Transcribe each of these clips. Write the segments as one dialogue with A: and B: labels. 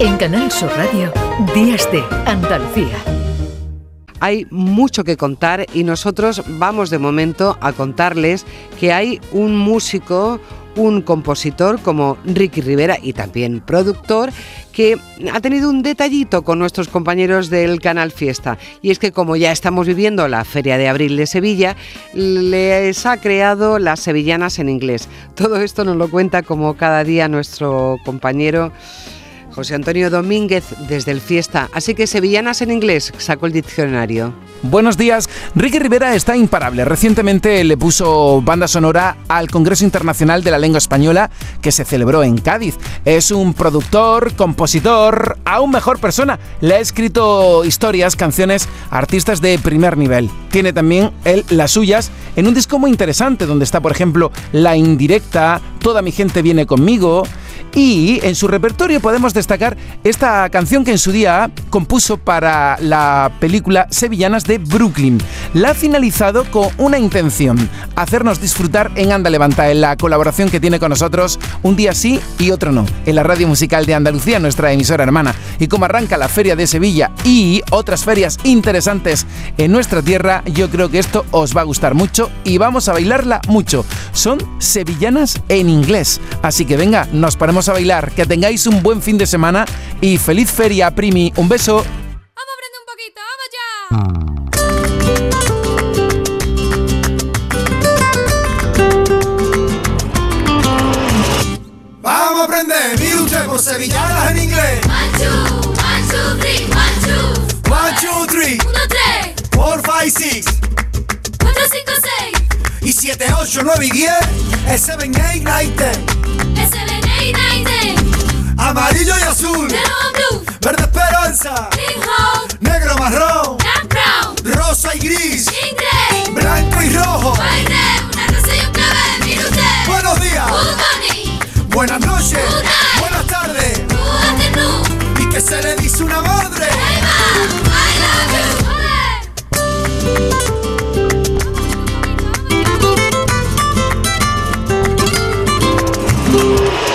A: En Canal Sur Radio, Días de Andalucía.
B: Hay mucho que contar y nosotros vamos de momento a contarles que hay un músico, un compositor como Ricky Rivera y también productor que ha tenido un detallito con nuestros compañeros del canal Fiesta. Y es que como ya estamos viviendo la Feria de Abril de Sevilla, les ha creado las sevillanas en inglés. Todo esto nos lo cuenta como cada día nuestro compañero. José Antonio Domínguez desde el Fiesta. Así que sevillanas en inglés, sacó el diccionario.
C: Buenos días. Ricky Rivera está imparable. Recientemente le puso banda sonora al Congreso Internacional de la Lengua Española que se celebró en Cádiz. Es un productor, compositor, aún mejor persona. Le ha escrito historias, canciones, a artistas de primer nivel. Tiene también él las suyas en un disco muy interesante donde está, por ejemplo, La Indirecta, Toda mi gente viene conmigo. Y en su repertorio podemos destacar esta canción que en su día compuso para la película Sevillanas de Brooklyn. La ha finalizado con una intención, hacernos disfrutar en Anda Levanta, en la colaboración que tiene con nosotros un día sí y otro no, en la radio musical de Andalucía, nuestra emisora hermana. Y como arranca la Feria de Sevilla y otras ferias interesantes en nuestra tierra, yo creo que esto os va a gustar mucho y vamos a bailarla mucho. Son sevillanas en inglés, así que venga, nos paramos a bailar. Que tengáis un buen fin de semana y feliz feria, primi. Un beso.
D: Vamos a un poquito, vamos ya.
E: Vamos a aprender, mire usted por sevillanas en inglés.
F: One, two, one, two, three, one, two.
E: One, two, three.
F: Uno, tres.
E: Four, five, six.
F: Cuatro, cinco, seis.
E: Y siete, ocho, nueve y diez. Es seven, eight, nine, ten. Amarillo y azul.
F: Blue.
E: Verde esperanza. Negro marrón.
F: Brown.
E: Rosa y gris.
F: Inglés.
E: Blanco y rojo.
F: Una rosa y un clave, mire usted.
E: Buenos días.
F: Good
E: Buenas noches.
F: Good
E: Buenas tardes.
F: Good
E: y que se le dice una madre.
F: Hey, I love you. Olé.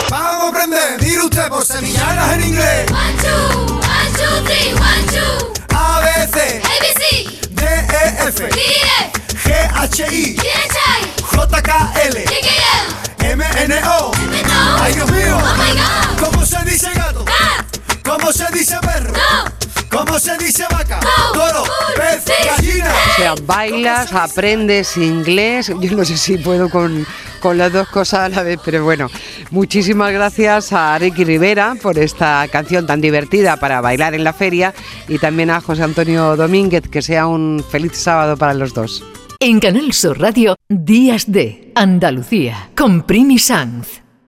E: Vamos a aprender, dir usted por sevillanas en inglés.
F: One, two, one, two, three, one, two.
E: A, B, C.
F: A, B, C.
E: D, E, F.
F: D, E.
E: G, H,
F: G, H,
E: I.
F: I.
E: J, K, L.
F: J, K, L.
E: M, N, O.
F: M, N, O.
E: Ay, Dios mío.
F: Oh, my God.
E: ¿Cómo se dice gato?
F: Cat.
E: ¿Cómo se dice perro?
F: No.
E: ¿Cómo se dice vaca?
F: No.
E: Toro,
F: Bull,
E: pez,
F: fish,
E: gallina.
B: O sea, bailas, aprendes inglés. Yo no sé si puedo con, con las dos cosas a la vez, pero bueno, muchísimas gracias a Ricky Rivera por esta canción tan divertida para bailar en la feria y también a José Antonio Domínguez. Que sea un feliz sábado para los dos.
A: En Canal Sur Radio, Días de Andalucía, con Primi Sanz.